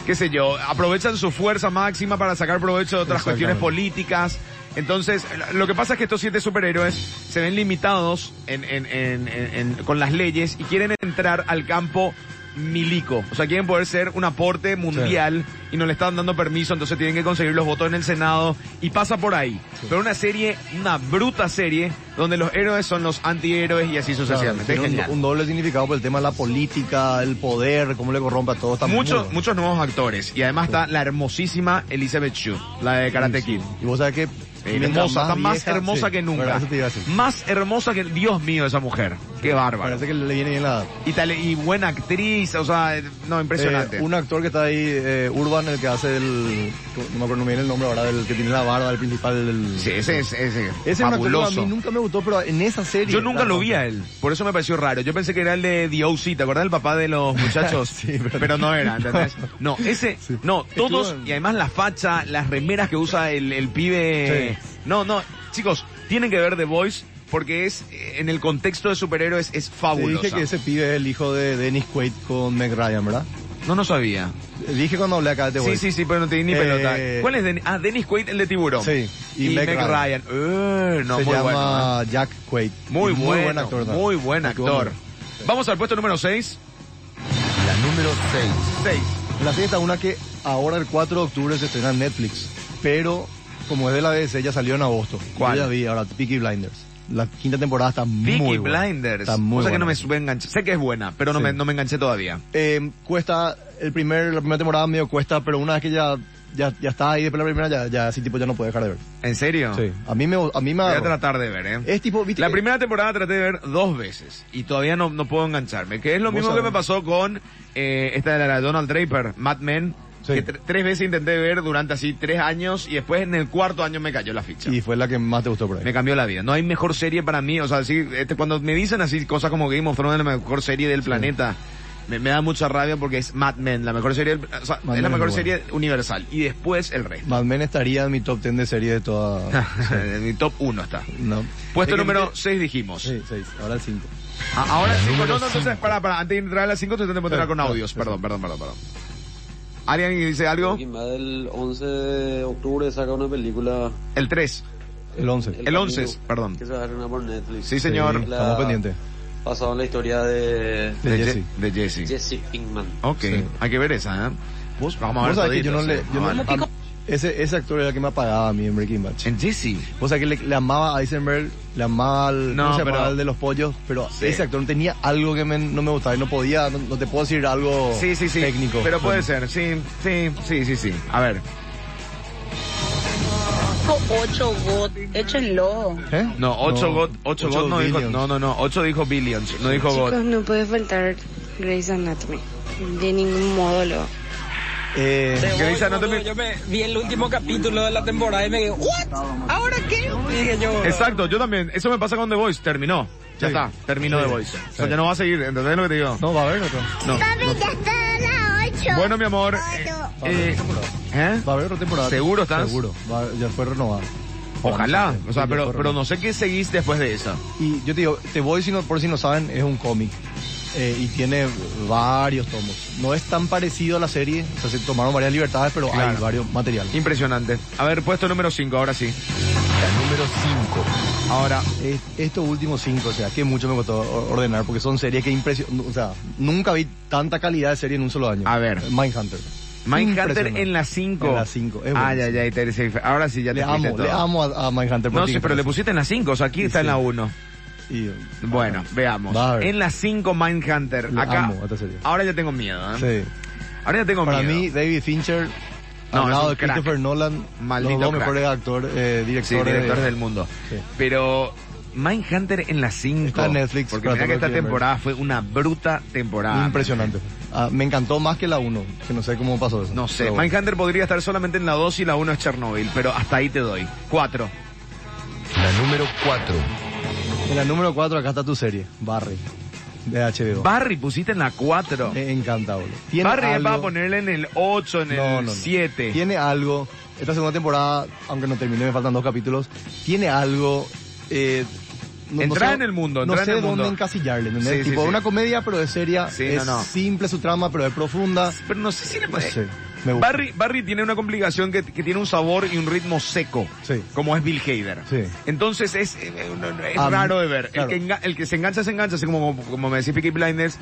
S1: qué sé yo, aprovechan su fuerza máxima para sacar provecho de otras cuestiones
S2: Exactamente.
S1: políticas. Entonces, lo que pasa es que estos siete superhéroes se ven limitados en- en- en- en- en- con las leyes y quieren entrar al campo milico. O sea, quieren poder ser un aporte mundial y no le están dando permiso, entonces tienen que conseguir los votos en el Senado y pasa por ahí. Pero una serie, una bruta serie, donde los héroes son los antihéroes y así
S2: Claro,
S1: sucesivamente.
S2: tiene
S1: Es
S2: un-
S1: genial.
S2: un, doble significado por el tema de la política, el poder, cómo le corrompe a todos. está muy
S1: Muchos,
S2: bueno.
S1: muchos nuevos actores. Y además está la hermosísima Elizabeth Shue, la de Karate Kid.
S2: Y vos sabés que... mientras
S1: Hermosa, está más
S2: vieja-
S1: hermosa
S2: sí,
S1: que nunca.
S2: verdad, eso te iba a decir.
S1: Más hermosa que... Dios mío, esa mujer. Qué bárbaro.
S2: Parece que le viene bien la edad.
S1: Y, tal, y buena actriz, o sea, eh, no, impresionante.
S2: Eh, un actor que está ahí, eh, Urban, el que hace el... No me acuerdo, no me viene el nombre ahora, del que tiene la barba, el principal... del-
S1: Sí, ese es ese, es
S2: Ese es un actor que a
S1: fabuloso.
S2: mí nunca me gustó, pero en esa serie...
S1: Yo nunca
S2: la
S1: lo vi
S2: rompe.
S1: a él, por eso me pareció raro. Yo pensé que era el de The O.C., ¿te acordás? El papá de
S2: [laughs]
S1: los muchachos.
S2: Sí,
S1: pero,
S2: pero-
S1: no era, ¿entendés? No, ese,
S2: Sí.
S1: no, todos,
S2: Estuvo en-
S1: y además la facha, las remeras que usa el, el pibe. No, no, chicos, tienen que ver The Voice porque es, eh, en el contexto de superhéroes, es
S2: Te
S1: fabulosa.
S2: dije que ese pibe es el hijo de Dennis Quaid con Meg Ryan, ¿verdad?
S1: No, no sabía.
S2: Dije cuando hablé acá de The
S1: Sí, sí,
S2: Voice.
S1: sí, pero no te di ni
S2: Eh,
S1: pelota. ¿Cuál es? Den- ah, Dennis Quaid, el de Tiburón.
S2: Sí,
S1: Y,
S2: y
S1: Meg
S2: Meg
S1: Ryan.
S2: Ryan.
S1: Eh, no,
S2: Se
S1: muy
S2: llama
S1: bueno. ¿eh?
S2: Jack Quaid.
S1: Muy,
S2: Y
S1: bueno,
S2: buen actor. también.
S1: Muy buen
S2: Actuó
S1: actor.
S2: muy bien.
S1: Vamos al puesto número 6.
S4: La número 6.
S1: 6.
S2: En La serie está una que ahora el 4 de octubre se estrena en Netflix, pero como es de la BBC ya salió en agosto.
S1: ¿Cuál?
S2: Yo ya vi ahora Peaky Blinders. La quinta temporada está
S1: Peaky
S2: muy buena.
S1: Blinders.
S2: Está muy
S1: o sea que no me
S2: buena.
S1: sube enganché. Sé que es buena, pero no,
S2: Sí.
S1: me, no me enganché todavía.
S2: Eh, cuesta el primer la primera temporada medio cuesta, pero una vez que ya ya, ya está ahí después de la primera ya ya así tipo ya no puede dejar de ver.
S1: ¿En serio?
S2: A mí me a mí me
S1: Voy a
S2: agarró.
S1: tratar de ver, ¿eh?
S2: Es tipo, Este, ¿viste
S1: Ah. La
S2: que-
S1: primera temporada traté de ver dos veces y todavía no, no puedo engancharme. Que es lo
S2: Vos
S1: mismo que
S2: sabés.
S1: me pasó con eh, esta de la Donald Draper, Mad Men.
S2: Sí.
S1: Que tre- tres veces intenté ver durante así tres años y después en el cuarto año me cayó la ficha.
S2: y fue la que más te gustó por ahí.
S1: Me cambió la vida. No hay mejor serie para mí. O sea, sí, este, cuando me dicen así cosas como Game of Thrones es la mejor serie del planeta, me, me da mucha rabia porque es Mad Men, la mejor serie, del- o sea,
S2: Mad
S1: es la
S2: Men es
S1: mejor
S2: muy
S1: serie universal. Y después el
S2: [laughs]
S1: resto.
S2: Mad Men estaría en mi top 10 de serie
S1: [laughs]
S2: de toda
S1: en mi top 1 está.
S2: no.
S1: Puesto
S2: Es que
S1: número
S2: viste-
S1: 6 dijimos.
S2: Sí, seis, ahora el 5.
S1: Ah, ahora sí, no,
S4: número
S1: no, entonces,
S4: cinco.
S1: para, para, antes de entrar a las 5 te tenemos que entrar
S2: Eh,
S1: con audios. Perdón, perdón, perdón, perdón. ¿Alguien dice algo?
S6: Breaking Bad el 11 de octubre saca una película.
S1: El 3.
S2: El 11.
S1: El
S6: Camino,
S1: 11, perdón.
S6: Que se va a estrenar por Netflix.
S1: Sí, señor.
S6: La-
S2: Estamos pendientes.
S6: Basado en la historia de
S2: De
S1: Je-
S2: Jesse.
S1: De Jesse.
S6: Jesse Pinkman.
S1: Ok,
S2: Sí.
S1: hay que ver esa, ¿eh?
S2: Vos,
S1: Vamos a ver
S2: vos sabés que yo
S1: toditos,
S2: no le,
S1: sí.
S2: yo no-
S1: Vamos
S2: a- ese, ese actor era el que me apagaba a mí en Breaking Bad.
S1: En Jesse.
S2: O sea que le, le amaba a Eisenberg, le amaba al,
S1: No,
S2: no, se
S1: pero-
S2: llamaba el de los pollos, pero
S1: Sí.
S2: ese actor tenía algo que me- no me gustaba y no podía, no, no te puedo decir algo
S1: Sí, sí, sí.
S2: técnico.
S1: Pero puede ser, sí, sí, sí, sí, sí. A ver.
S7: 8 bot, échenlo.
S2: ¿Eh?
S1: No, 8 God, 8 God no dijo,
S2: billions.
S1: no, no, no, 8 dijo Billions, no dijo
S7: Chicos,
S1: God.
S7: no puede faltar Grey's Anatomy. De ningún modo lo.
S2: Eh,
S1: Grey's Anatomy-
S8: Yo me vi el último capítulo de la temporada y me dije, ¿what? ¿Ahora qué? Y dije yo,
S1: Exacto, yo también, eso me pasa con The Voice, terminó. Ya
S2: Sí.
S1: está, terminó
S2: Sí.
S1: The Voice. O sea,
S2: Sí.
S1: ya no va a seguir, ¿entendés lo que te digo?
S2: no, va a haber otro.
S1: No. Bueno, mi amor, eh, eh, ¿eh?
S2: Va a haber otra temporada.
S1: ¿Seguro estás?
S2: Seguro. Va- ya fue renovada.
S1: Ojalá, o sea,
S2: Sí, ya
S1: pero, pero
S2: fue renovada.
S1: no sé qué seguís después de eso.
S2: Y yo te digo, te voy, si no, por si no saben, es un cómic. eh, y tiene varios tomos. No es tan parecido a la serie, o sea, se tomaron varias libertades, pero
S1: Claro.
S2: hay varios materiales.
S1: Impresionante. A ver, puesto número 5, ahora sí.
S4: La número 5.
S1: Ahora,
S2: Es- estos últimos cinco, o sea, que mucho me costó or- ordenar, porque son series que impresionan, o sea, nunca vi tanta calidad de serie en un solo año.
S1: A ver.
S2: Mindhunter.
S1: Mindhunter
S2: Impresionante.
S1: en la 5.
S2: En la cinco, es
S1: Ah,
S2: buenísimo.
S1: ya, ya, y te dice- ahora sí ya te
S2: Le
S1: fuiste
S2: amo,
S1: todo.
S2: le amo a, a Mindhunter.
S1: No
S2: porque-
S1: sé, pero le pusiste en la 5, o sea, aquí
S2: Y
S1: está en
S2: sí.
S1: la 1.
S2: Y- eh,
S1: Bueno, veamos.
S2: Va a ver.
S1: En la 5 Mindhunter.
S2: Le
S1: Acá.
S2: amo a esta serie.
S1: Ahora ya tengo miedo, ¿eh?
S2: Sí.
S1: Ahora ya tengo
S2: Para
S1: miedo.
S2: mí, David Fincher,
S1: No,
S2: al
S1: es
S2: lado
S1: un
S2: de
S1: crack.
S2: Christopher Nolan,
S1: Maldito
S2: los dos
S1: crack.
S2: mejores actores, eh,
S1: sí,
S2: directores.
S1: directores
S2: de-
S1: del mundo.
S2: Sí.
S1: Pero Mindhunter en la 5.
S2: Está en Netflix,
S1: Porque
S2: para
S1: mira que
S2: todo
S1: esta
S2: el que
S1: temporada fue una bruta temporada.
S2: Impresionante. Ah, me encantó más que la 1, que no sé cómo pasó eso.
S1: No sé,
S2: Pero bueno.
S1: Mindhunter podría estar solamente en la 2 y la 1 es Chernobyl, pero hasta ahí te doy. 4.
S4: La número 4.
S2: En la número 4 acá está tu serie, Barry, de HBO.
S1: Barry pusiste en la 4.
S2: Me encanta, boludo. Tiene
S1: Barry
S2: algo-
S1: va a ponerle en el 8, en
S2: No, no,
S1: el
S2: no.
S1: 7.
S2: Tiene algo, esta segunda temporada, aunque no terminé, me faltan dos capítulos, tiene algo... Eh,
S1: Entra
S2: sé-
S1: en el mundo,
S2: No
S1: entra
S2: sé
S1: en el
S2: dónde
S1: mundo.
S2: encasillarle, ¿entendés?
S1: Sí, sí,
S2: tipo,
S1: sí.
S2: una comedia, pero es seria,
S1: Sí,
S2: es
S1: no, no.
S2: simple su trama, pero es profunda.
S1: Pero no sé si le
S2: No
S1: puede...
S2: sé, me gusta.
S1: Barry, Barry tiene una complicación que, que tiene un sabor y un ritmo seco,
S2: Sí.
S1: como es Bill Hader.
S2: Sí.
S1: Entonces es, eh, eh, no, no, es
S2: Ah,
S1: raro de ver.
S2: claro.
S1: El, que enga- el que se engancha, se engancha, así como, como me decís Peaky Blinders.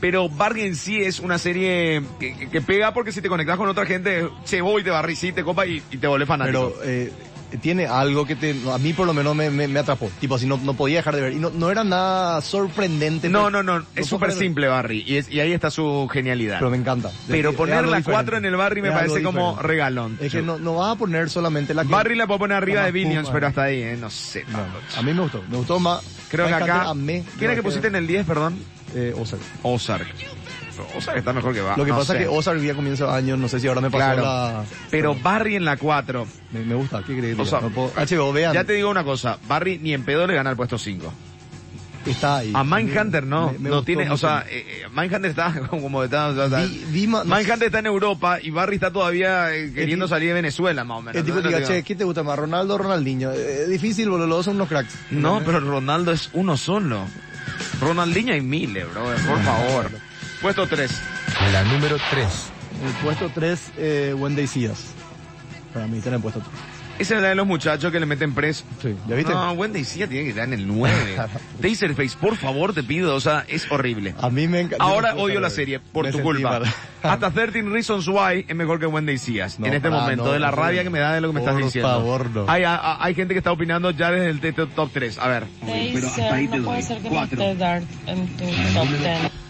S1: Pero Barry en sí es una serie que, que- que pega porque si te conectas con otra gente, che, voy, te barrí, sí, te copa y, y te vuelve fanático.
S2: Pero eh, tiene algo que te, a mí por lo menos me, me- me atrapó. Tipo, así no, no podía dejar de ver. Y no, no era nada sorprendente. pues.
S1: no, no,
S2: pero-
S1: no, es
S2: este, puedo
S1: súper
S2: creer.
S1: simple Barry y, es- y ahí está su genialidad.
S2: Pero me encanta.
S1: Pero
S2: Es- es
S1: poner
S2: algo
S1: la
S2: diferente.
S1: cuatro en el Barry me
S2: Es algo
S1: parece como
S2: diferente.
S1: regalón.
S2: Es que
S1: Sí.
S2: no, no va a poner solamente la que...
S1: Barry la puedo poner arriba
S2: la
S1: de
S2: más
S1: Billions,
S2: puma.
S1: pero hasta ahí, eh, no sé.
S2: No,
S1: tanto.
S2: a mí me gustó. Me gustó más.
S1: Creo que
S2: Mindhunter
S1: acá...
S2: amé.
S1: ¿Quién era que pusiste en el 10, perdón?
S2: Eh, Ozark.
S1: Ozark. Ozark está mejor que va.
S2: Lo que
S1: no
S2: pasa
S1: sé.
S2: es que Ozark vi a comienzo de año, no sé si ahora me pasó
S1: Claro.
S2: la...
S1: Pero Barry en la 4.
S2: Me, me gusta, ¿qué crees?
S1: O sea,
S2: no puedo- HBO, vean,
S1: Ya te digo una cosa, Barry ni en pedo le gana el puesto 5.
S2: está ahí.
S1: A Mindhunter no,
S2: Me- me
S1: no
S2: gustó
S1: tiene, o
S2: mucho.
S1: sea, eh, eh, Mindhunter está [laughs] como está, o sea,
S2: Vi- vi ma- no
S1: Mindhunter está en Europa y Barry está todavía eh, queriendo
S2: ti-
S1: salir de Venezuela más o menos.
S2: El tipo
S1: No, no
S2: diga,
S1: digo-
S2: che, ¿quién te gusta más, Ronaldo o Ronaldinho? Eh, Es difícil, boludo, los dos son unos cracks.
S1: No, pero Ronaldo es uno solo. Ronaldinho hay miles, bro, por favor. Puesto 3.
S4: La número 3.
S2: El puesto 3, eh, Wendy Cías. Para mí está en el puesto 3.
S1: Esa es la de los muchachos que le meten preso.
S2: Sí, ¿ya viste?
S1: No, Wendy Sia tiene que estar en el
S2: [laughs]
S1: 9. Taserface, por favor, te pido, o sea, es horrible.
S2: A mí me encanta.
S1: Ahora odio la serie, por tu culpa.
S2: [laughs]
S1: [laughs] Hasta 13 Reasons Why es mejor que Wendy Seas
S2: No,
S1: en este
S2: pará,
S1: momento,
S2: no,
S1: de la
S2: no,
S1: rabia
S2: no.
S1: que me da de lo que me estás
S2: Por
S1: diciendo.
S2: favor, no.
S1: Hay, a- a- hay gente que está opinando ya desde el t- t- top 3. A ver,
S9: Pero hasta
S7: eh,
S9: ahí te doy. Cuatro.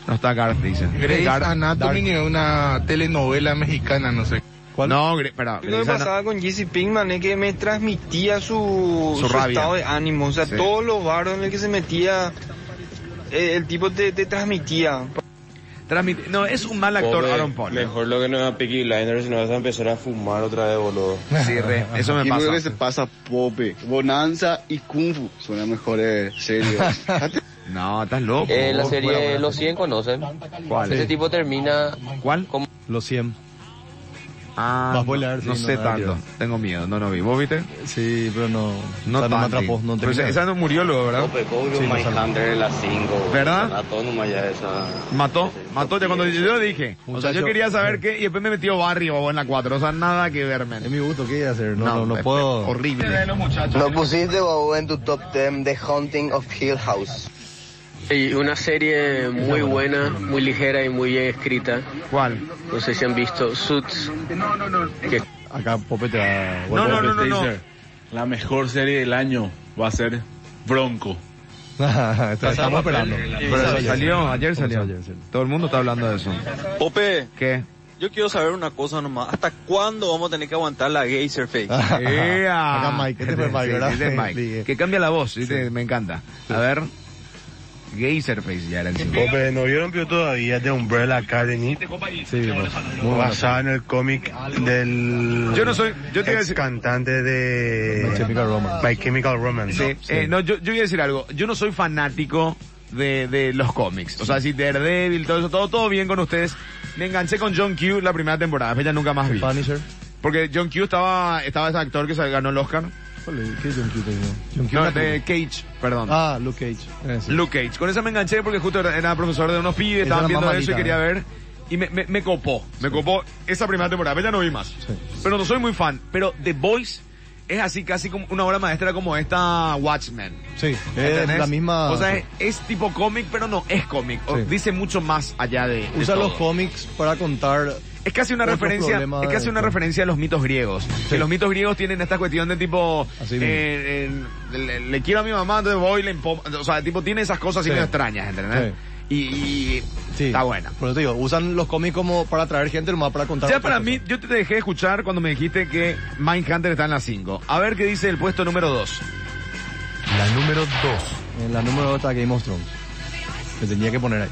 S1: no está Garth, dicen. Garth- Dark.
S4: es una telenovela mexicana, no sé.
S2: ¿Cuál?
S1: No, Gre- espera,
S9: Lo que
S1: Grey's Ana-
S9: pasaba con Jesse Pinkman es que me transmitía su,
S1: Su rabia.
S9: estado de ánimo. O sea,
S1: Sí.
S9: todos los barrios en el que se metía, eh, el tipo te, te transmitía.
S1: Transmite- no, es un mal actor
S3: Pobre,
S1: Aaron Paul.
S3: Mejor lo que no es a Peaky Blinders, no vas a empezar a fumar otra vez, boludo.
S1: Sí, re,
S9: [laughs]
S1: eso me pasa.
S10: pasa Pope, Bonanza y Kung Fu. Son las mejores
S11: [laughs]
S10: series.
S1: No, estás loco.
S9: Eh,
S3: Eh, la
S1: Vos, fuera,
S3: serie
S1: fuera.
S3: Los 100 conocen.
S1: ¿Cuál?
S3: Ese tipo termina
S1: ¿Cuál?
S2: Los 100.
S1: Ah,
S2: Vas a
S1: no,
S2: volar, sí,
S1: no
S2: no,
S1: sé
S2: nada que
S1: tanto. Tengo miedo, no lo vi. ¿Vos viste?
S2: Sí, pero no.
S1: No,
S2: o sea, no me
S1: tanto.
S2: atrapó, no
S1: Pero
S2: terminé.
S1: Esa no murió luego, ¿verdad?
S2: Sí, no salió.
S3: la 5.
S1: ¿Verdad?
S3: La autónoma ya esa.
S1: Mató, mató ya cuando yo dije. O sea, yo
S2: Muchacho.
S1: quería saber qué y después me metió Barry o en la 4. O sea, nada que verme.
S2: Es mi gusto, ¿qué voy a hacer? Eh, No, no, no
S1: es
S2: puedo.
S1: Horrible.
S9: Lo pusiste en tu top 10 de Haunting of Hill House.
S3: Y una serie muy buena, muy ligera y muy bien escrita.
S1: ¿Cuál?
S3: No sé si han visto Suits.
S2: Acá Pope te va-
S1: No, no, no, no, no.
S5: Taser, La mejor serie del año va a ser Bronco.
S2: Esto- [laughs] Estamos esperando.
S1: Pero
S2: Pero
S1: salió, ayer
S2: Eso
S1: salió.
S2: ayer, sí.
S1: Todo el mundo está hablando de eso.
S9: Pope,
S1: ¿Qué?
S2: [laughs]
S9: yo quiero saber una cosa nomás. ¿Hasta cuándo vamos a tener que aguantar la gay surface?
S1: ¡Ea!
S2: Acá Mike, este fue Mike,
S1: Sí,
S2: ¿verdad?
S1: este es Mike.
S2: Ligue.
S1: Que cambia la voz, ¿viste? me encanta. A ver. Gazerface ya era encima.
S5: Pope, pues, ¿no vieron pero todavía de Umbrella Academy?
S2: Sí, bueno, muy bueno.
S5: Basada en el cómic del
S1: Yo no soy, yo te voy a decir,
S5: cantante de
S2: Chemical Romance.
S5: My Chemical Romance.
S1: Sí, eh, no, yo, yo voy a decir algo. Yo no soy fanático de, de los cómics. O sea, si Daredevil, todo eso, todo, todo bien con ustedes. Me enganché con John Q la primera temporada, después ya nunca más vi.
S2: Punisher.
S1: Porque John Q estaba, estaba ese actor que se ganó el Oscar.
S2: ¿Cuál es? ¿Qué John Q tengo? John Q
S1: No,
S2: Natalie.
S1: de Cage, perdón.
S2: Ah, Luke Cage. Eh, sí.
S1: Luke Cage. Con esa me enganché porque justo era, era profesor de unos pibes,
S2: Esa
S1: estaban
S2: era
S1: viendo
S2: más
S1: eso y
S2: malita,
S1: quería
S2: ¿eh?
S1: ver. Y me, me- me copó, me copó esa primera temporada, pero ya no vi más.
S2: Sí.
S1: Pero no soy muy fan. Pero The Voice es así casi como una obra maestra como esta Watchmen.
S2: Sí, es
S1: ¿entendés?
S2: la misma...
S1: O sea, es, es tipo cómic, pero no es cómic. O
S2: Sí.
S1: Dice mucho más allá de. de
S2: Usa
S1: todo.
S2: los cómics para contar...
S1: Es casi una
S2: Otro
S1: referencia,
S2: problema
S1: es casi
S2: de-
S1: una referencia a los mitos griegos. Que los mitos griegos tienen esta cuestión de tipo,
S2: Así
S1: eh, eh, le, le quiero a mi mamá, entonces voy, y le empo- o sea, tipo tiene esas cosas así
S2: Sí.
S1: medio extrañas, ¿entendés? Y, y
S2: Sí.
S1: está buena.
S2: Por eso te digo, usan los cómics como para atraer gente, nomás para contar...
S1: Ya
S2: otra
S1: para
S2: cosa.
S1: mí, yo te dejé escuchar cuando me dijiste que Mindhunter está en la 5. A ver qué dice el puesto número 2.
S4: La número 2.
S2: En la número 2 está Game of Thrones. Que tenía que poner ahí.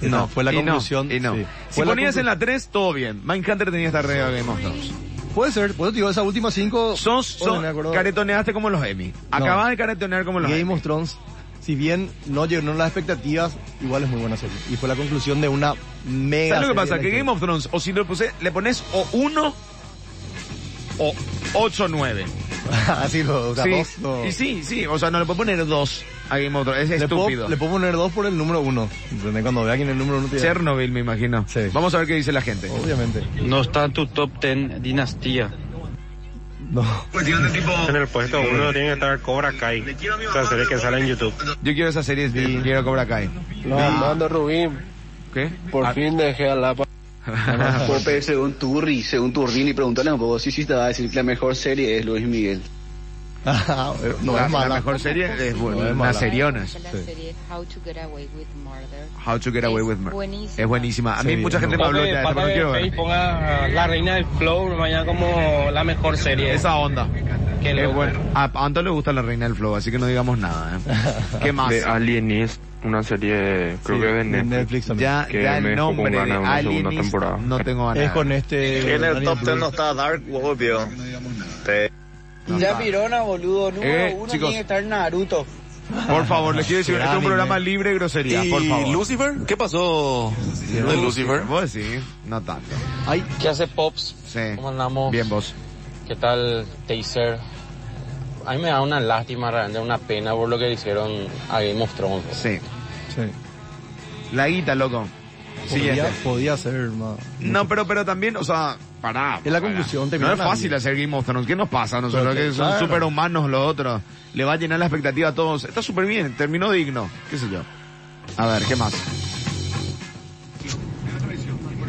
S2: Esa Fue la
S1: y no,
S2: conclusión.
S1: y no.
S2: sí.
S1: Si
S2: Fue la
S1: ponías en
S2: conclu-
S1: la 3, todo bien. Mindhunter tenía esta arriba de Game of Thrones.
S2: Puede ser, por eso te digo, esas últimas cinco...
S1: Sos,
S2: Bueno,
S1: sos-
S2: me acuerdo-
S1: caretoneaste como los Emmy. Acabas de caretonear como los
S2: Game
S1: Emmy.
S2: of Thrones, si bien no llenaron las expectativas, igual es muy buena serie. Y fue la conclusión de una mega.
S1: ¿Sabes lo que
S2: serie
S1: pasa?
S2: de
S1: Que Game of Thrones, o si le, puse, le pones o 1 o 8 9.
S2: [laughs] Así lo, o sea,
S1: Sí,
S2: dos, no.
S1: y sí, sí, o sea, no le puedo poner 2 a Game of Thrones, es
S2: Le puedo,
S1: estúpido.
S2: le puedo poner dos por el número uno. ¿Entendés? Cuando vea quién es el número uno te diga,
S1: Chernobyl, me imagino.
S2: Sí.
S1: Vamos a ver qué dice la gente.
S2: Obviamente.
S9: No está en tu top 10 dinastía.
S2: No. [laughs]
S5: En el puesto uno tiene que estar Cobra Kai. Esa serie que sale en YouTube.
S1: Yo quiero esa serie de quiero Cobra Kai.
S10: No, Armando Rubín,
S1: ¿Qué?
S10: por
S1: Ah,
S10: fin dejé a Lapa. Por pero según Turri, según Turrini, preguntale un poco si sí, sí te va a decir que la mejor serie es Luis Miguel.
S2: no
S1: la,
S2: es mala.
S1: la mejor serie es bueno,
S2: No es
S1: una
S2: mala.
S1: serionas.
S12: La
S2: Sí.
S12: serie How to Get Away with Murder.
S1: How to Get Away
S12: Es
S1: with Murder.
S12: buenísima.
S1: Es buenísima. A mí
S2: Sí,
S1: mucha gente me habló ya de esta, pero no quiero
S8: y
S1: ver.
S8: ponga la reina del flow mañana como la mejor serie.
S1: Esa onda.
S8: Qué
S1: Es
S8: loco.
S1: bueno. A a Anto le gusta la reina del flow, así que no digamos nada.
S3: [laughs]
S1: ¿eh? ¿Qué más?
S3: De Alien es una serie, creo
S2: Sí,
S3: que de
S2: en
S3: Netflix.
S2: Netflix también.
S1: Ya,
S3: que
S1: ya
S3: me
S1: el
S3: dejó con
S1: nombre de
S3: ganas una segunda
S1: Alienist
S3: temporada.
S1: no tengo ganas.
S2: Es con este.
S5: En el
S2: Daniel
S5: top 10 no
S2: Blue.
S5: está Dark, obvio.
S1: No,
S8: Ya
S1: no.
S8: pirona, boludo. Número
S1: Eh,
S8: uno
S1: chicos.
S8: tiene que estar Naruto.
S1: Por favor, les quiero decir, este es un
S2: Anime.
S1: programa libre de groserías, por favor.
S9: Lucifer? ¿Qué pasó
S1: Lucifer. Vos sí, no tanto.
S2: Ay,
S8: ¿Qué hace Pops?
S1: Sí.
S8: ¿Cómo andamos?
S1: Bien vos.
S8: ¿Qué tal Taser? A mí me da una lástima, realmente una pena por lo que le hicieron a Game of Thrones.
S1: Sí.
S2: sí.
S1: La guita, loco. Siguiente.
S2: Podía, podía ser más.
S1: No, pero, pero también, o sea, pará.
S2: Es la
S1: pará.
S2: conclusión,
S1: No
S2: termina
S1: es
S2: la
S1: fácil
S2: vida.
S1: hacer Game of Thrones. ¿Qué nos pasa a nosotros?
S2: Pero
S1: Que
S2: que-
S1: son
S2: claro.
S1: superhumanos los otros. Le va a llenar la expectativa a todos. Está súper bien, terminó digno. Qué sé yo. A ver, ¿qué más?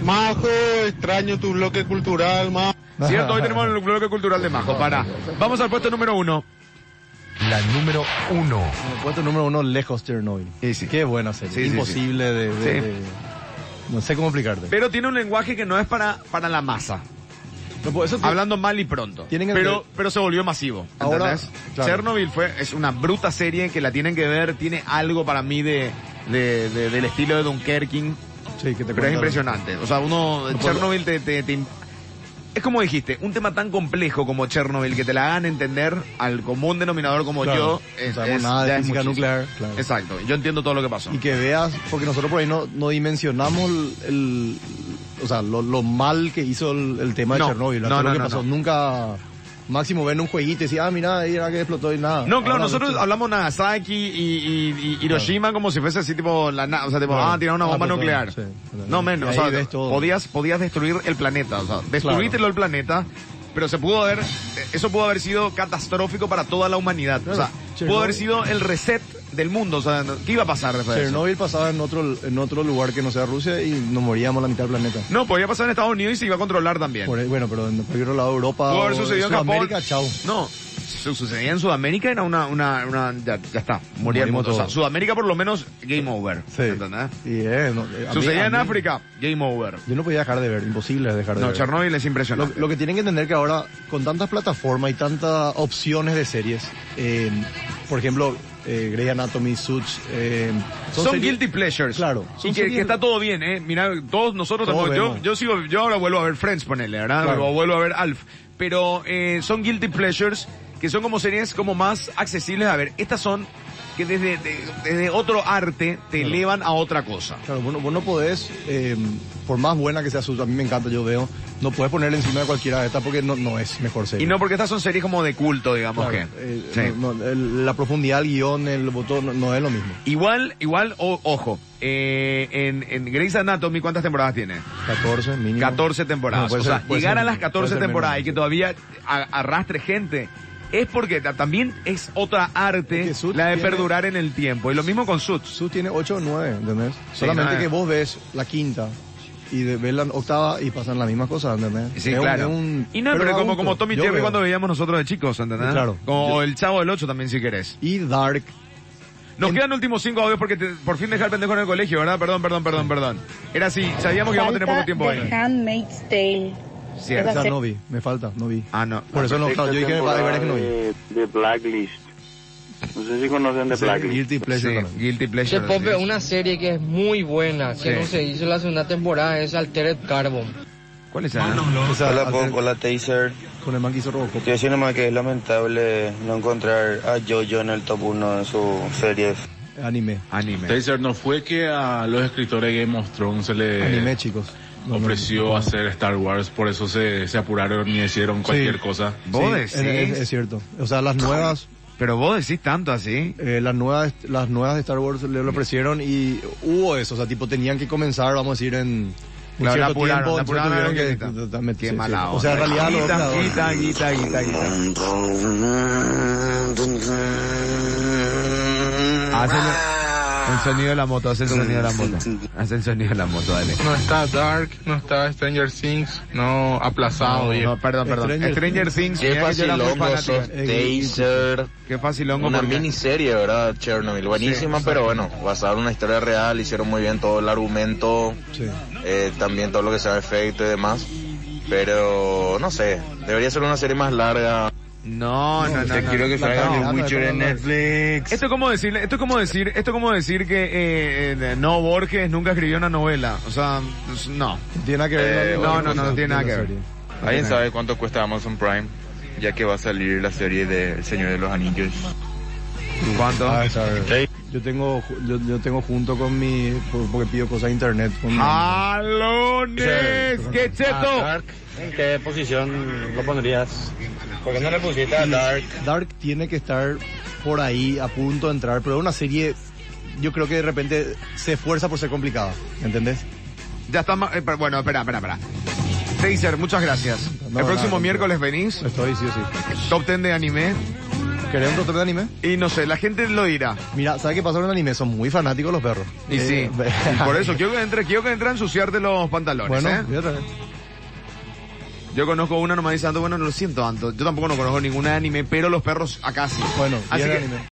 S5: Majo, extraño tu bloque cultural, Majo.
S1: Cierto, hoy tenemos el bloque cultural de Majo. Pará. Vamos al puesto número uno.
S4: La número 1.
S2: En el puesto número uno, lejos Chernobyl.
S1: Y sí.
S2: Qué buena serie.
S1: Sí, sí,
S2: Imposible de, de-
S1: Sí.
S2: de- No sé cómo explicarte.
S1: Pero tiene un lenguaje que no es para, para la masa.
S2: No, por eso te-
S1: Hablando mal y pronto.
S2: Tienen que
S1: pero,
S2: entender-
S1: pero se volvió masivo.
S2: Ahora,
S1: ¿entendés?
S2: claro.
S1: Chernobyl fue, es una bruta serie que la tienen que ver, tiene algo para mí de, de- de- del estilo de Dunkerque, pero
S2: Sí, que te
S1: es
S2: cuentan-
S1: impresionante. O sea, uno,
S2: No puedo-
S1: Chernobyl te, te- te- es como dijiste, un tema tan complejo como Chernobyl que te la hagan entender al común denominador como yo,
S2: Claro,
S1: es,
S2: no sabemos
S1: es-
S2: nada de
S1: ya es
S2: física
S1: muchísimo.
S2: nuclear, claro.
S1: Exacto, yo entiendo todo lo que pasó.
S2: Y que veas, porque nosotros por ahí no, no dimensionamos el, el- o sea, lo, lo mal que hizo el, el tema de
S1: No,
S2: Chernobyl.
S1: no,
S2: todo
S1: no,
S2: lo que
S1: no,
S2: pasó.
S1: no.
S2: Nunca, máximo ven un jueguito y decir, ah, mira, ahí era que explotó y nada.
S1: No, claro,
S2: Ahora,
S1: nosotros
S2: no,
S1: hablamos Nagasaki y, y- y Hiroshima como si fuese así tipo la na- o sea, tipo,
S2: Claro.
S1: ah, tirar una
S2: Ah,
S1: bomba
S2: pues,
S1: nuclear.
S2: sí, claro.
S1: no menos,
S2: Y
S1: o
S2: ahí
S1: sea,
S2: ves todo.
S1: podías podías destruir el planeta, o sea, destruítelo el planeta, pero se pudo haber eso pudo haber sido catastrófico para toda la humanidad, o sea,
S2: Claro,
S1: pudo
S2: Chernobyl.
S1: haber sido el reset del mundo, o sea, no- ¿qué iba a pasar después de eso?
S2: Chernobyl pasaba en otro, en otro lugar que no sea Rusia y nos moríamos la mitad del planeta.
S1: No, podía pasar en Estados Unidos y se iba a controlar también.
S2: Por ahí- bueno, pero en cualquier otro lado, Europa,
S1: Pudo haber
S2: o
S1: sucedido en Japón.
S2: Sudamérica, chao.
S1: No, su- sucedía en Sudamérica era una, una, una ya, ya está, moría el
S2: Morimos
S1: mundo. O sea,
S2: todos.
S1: Sudamérica por lo menos game over,
S2: Sí.
S1: ¿entendés?
S2: Y, eh, no, eh, a mí-
S1: Sucedía
S2: a
S1: en
S2: mí-
S1: África, game over.
S2: Yo no podía dejar de ver, imposible dejar de
S1: No,
S2: ver.
S1: Chernobyl es
S2: Lo,
S1: impresionante.
S2: lo que tienen que entender que ahora, con tantas plataformas y tantas opciones de series, eh, por ejemplo, eh, Grey Anatomy, Suits, eh,
S1: son
S2: series-
S1: guilty pleasures.
S2: Claro.
S1: Y
S2: son
S1: que,
S2: series-
S1: que está todo bien, eh. Mira, todos nosotros
S2: Todos
S1: tampoco- yo,
S2: vemos.
S1: yo sigo, yo ahora vuelvo a ver Friends, ponele, ¿verdad?
S2: Claro.
S1: O vuelvo a ver Alf. Pero, eh, son guilty pleasures que son como series como más accesibles a ver. Estas son que desde, de- desde otro arte te elevan a otra cosa.
S2: Claro, vos no, vos no podés eh, por más buena que sea su, a mí me encanta, yo veo, no puedes ponerle encima de cualquiera de estas porque no, no es mejor serie.
S1: Y no porque estas son series como de culto, digamos
S2: Claro,
S1: que.
S2: eh,
S1: Sí.
S2: no- no, el- la profundidad, el guión, el botón, no, no es lo mismo.
S1: Igual, igual, o- ojo, eh, en, en Grey's Anatomy, ¿cuántas temporadas tiene?
S2: 14 mínimo.
S1: 14 temporadas.
S2: No, puede
S1: o sea,
S2: ser- puede
S1: llegar
S2: ser
S1: a las
S2: menos,
S1: 14
S2: puede ser
S1: temporadas
S2: menos.
S1: y que todavía a- arrastre gente, es porque ta- también es otra arte la de
S2: tiene-
S1: perdurar en el tiempo. Y lo mismo con Suits.
S2: Sus tiene 8 o 9, ¿entendés?
S1: Sí,
S2: Solamente
S1: nada.
S2: que vos ves la quinta y de- ves la octava y pasan las mismas cosas, ¿entendés?
S1: Sí,
S2: Es un-
S1: claro.
S2: es un-
S1: y no, pero,
S2: a
S1: como,
S2: gusto,
S1: como Tommy
S2: yo
S1: Jerry
S2: veo.
S1: cuando veíamos nosotros de chicos, ¿entendés?
S2: Claro.
S1: Como o el Chavo del 8 también, si querés.
S2: Y Dark.
S1: Nos quedan últimos cinco audios porque te- por fin dejé al pendejo en el colegio, ¿verdad? Perdón, perdón, perdón, perdón. Era así, sabíamos que íbamos a tener poco tiempo hoy.
S13: Handmaid's Tale.
S1: Cierto.
S2: Esa no vi, me falta, no vi.
S1: Ah, no.
S2: Por eso no, claro, yo dije, hay varias que no vi.
S14: de, Eh, de Blacklist. No sé si conocen de
S2: Sí,
S14: Blacklist.
S2: Guilty Pleasure. también.
S1: Guilty
S15: Che,
S1: Pleasure.
S15: Pope, una serie que es muy buena, que
S1: Sí.
S15: no se hizo la segunda temporada, es Altered Carbon.
S1: ¿Cuál es
S16: Hola Pop, hola Taser.
S2: Con el man que hizo Robocop.
S16: Estoy diciendo más que es lamentable no encontrar a Jojo en el top 1 de sus series.
S2: Anime.
S1: Anime.
S11: Taser, ¿no fue que a los escritores de Game of Thrones se le
S2: Anime, chicos.
S11: ofreció hacer Star Wars? Por eso se, se apuraron y hicieron cualquier
S2: Sí.
S11: cosa.
S2: Sí, eh, Es, es- es cierto. O sea, las nuevas...
S1: Pero vos decís tanto así.
S2: eh, las nuevas las nuevas de Star Wars le lo ofrecieron y hubo eso. O sea, tipo, tenían que comenzar, vamos a decir, en... Un
S1: Claro, la
S2: cierto
S1: apuraron,
S2: tiempo,
S1: la
S2: entonces
S1: apuraron,
S2: tuvieron
S1: la
S2: que-
S1: apuraron.
S2: totalmente,
S1: Qué
S2: sí, sí.
S1: mala
S2: O sea, en
S1: onda.
S2: realidad... los
S1: Guita,
S2: creadores-
S1: guita, guita, guita, guita. Hace el, el sonido de la moto, hace el sonido de la moto. Hace el sonido de la moto, dale.
S17: No está Dark, no está Stranger Things, no aplazado.
S2: Ah,
S1: No,
S17: viejo.
S1: no, perdón, perdón. Stranger, Things,
S18: Qué
S1: mira que yo era muy
S18: facilongo
S1: fanático. Eh,
S18: sos, Taser.
S1: Qué facilongo.
S18: Una
S1: porque-
S18: miniserie, ¿verdad? Chernobyl. Buenísima,
S1: exacto.
S18: pero bueno, basada en una historia real, hicieron muy bien todo el argumento, eh, también todo lo que sea efecto y demás. Pero, no sé, debería ser una serie más larga.
S1: No, no, no.
S18: Te
S1: no,
S18: quiero que
S1: no,
S18: salga
S1: no,
S18: The
S1: no,
S18: Witcher
S1: no,
S18: en
S1: no.
S18: Netflix.
S1: Esto es como decir, esto es como decir, esto es como decir que eh, eh, no Borges nunca escribió una novela, o sea, es- no.
S2: Tiene nada
S1: que ver,
S19: Eh,
S1: no, no,
S19: otra
S1: no, no,
S19: cosa,
S1: tiene nada que
S19: otra
S1: ver.
S19: serie.
S1: No
S19: ¿Alguien
S1: tiene nada
S19: sabe cuánto cuesta Amazon Prime? Ya que va a salir la serie de El Señor de los Anillos.
S1: ¿Cuánto?
S2: Ah, esa, Yo tengo, ju- yo, yo tengo junto con mi, por- porque pido cosas de internet. Con mi-
S1: Ah. ¡Jalones! ¡Qué
S2: cheto!
S8: ¿En qué posición lo pondrías? ¿Por qué no le pusiste a Dark?
S2: Dark tiene que estar por ahí, a punto de entrar, pero es una serie, yo creo que de repente se esfuerza por ser complicada, ¿entendés?
S1: Ya está, ma- eh, pero bueno, espera, espera, espera. Taser, muchas gracias.
S2: No,
S1: el
S2: nada,
S1: próximo
S2: no,
S1: miércoles venís.
S2: Estoy, sí, sí.
S1: Top 10 de anime.
S2: ¿Querés un top 10 de anime?
S1: Y no sé, la gente lo dirá.
S2: Mira, ¿sabes qué pasa con el anime? Son muy fanáticos los perros.
S1: Y sí.
S2: [laughs]
S1: [laughs]
S2: Eh,
S1: Y por eso quiero que entre, quiero que entre a ensuciarte los pantalones,
S2: Bueno,
S1: ¿eh?
S2: voy a traer.
S1: Yo conozco una, no me dice Anto, bueno, no lo siento, Anto. Yo tampoco no conozco ningún anime, pero los perros acá sí.
S2: Bueno,
S1: así
S2: bien
S1: que
S2: anime.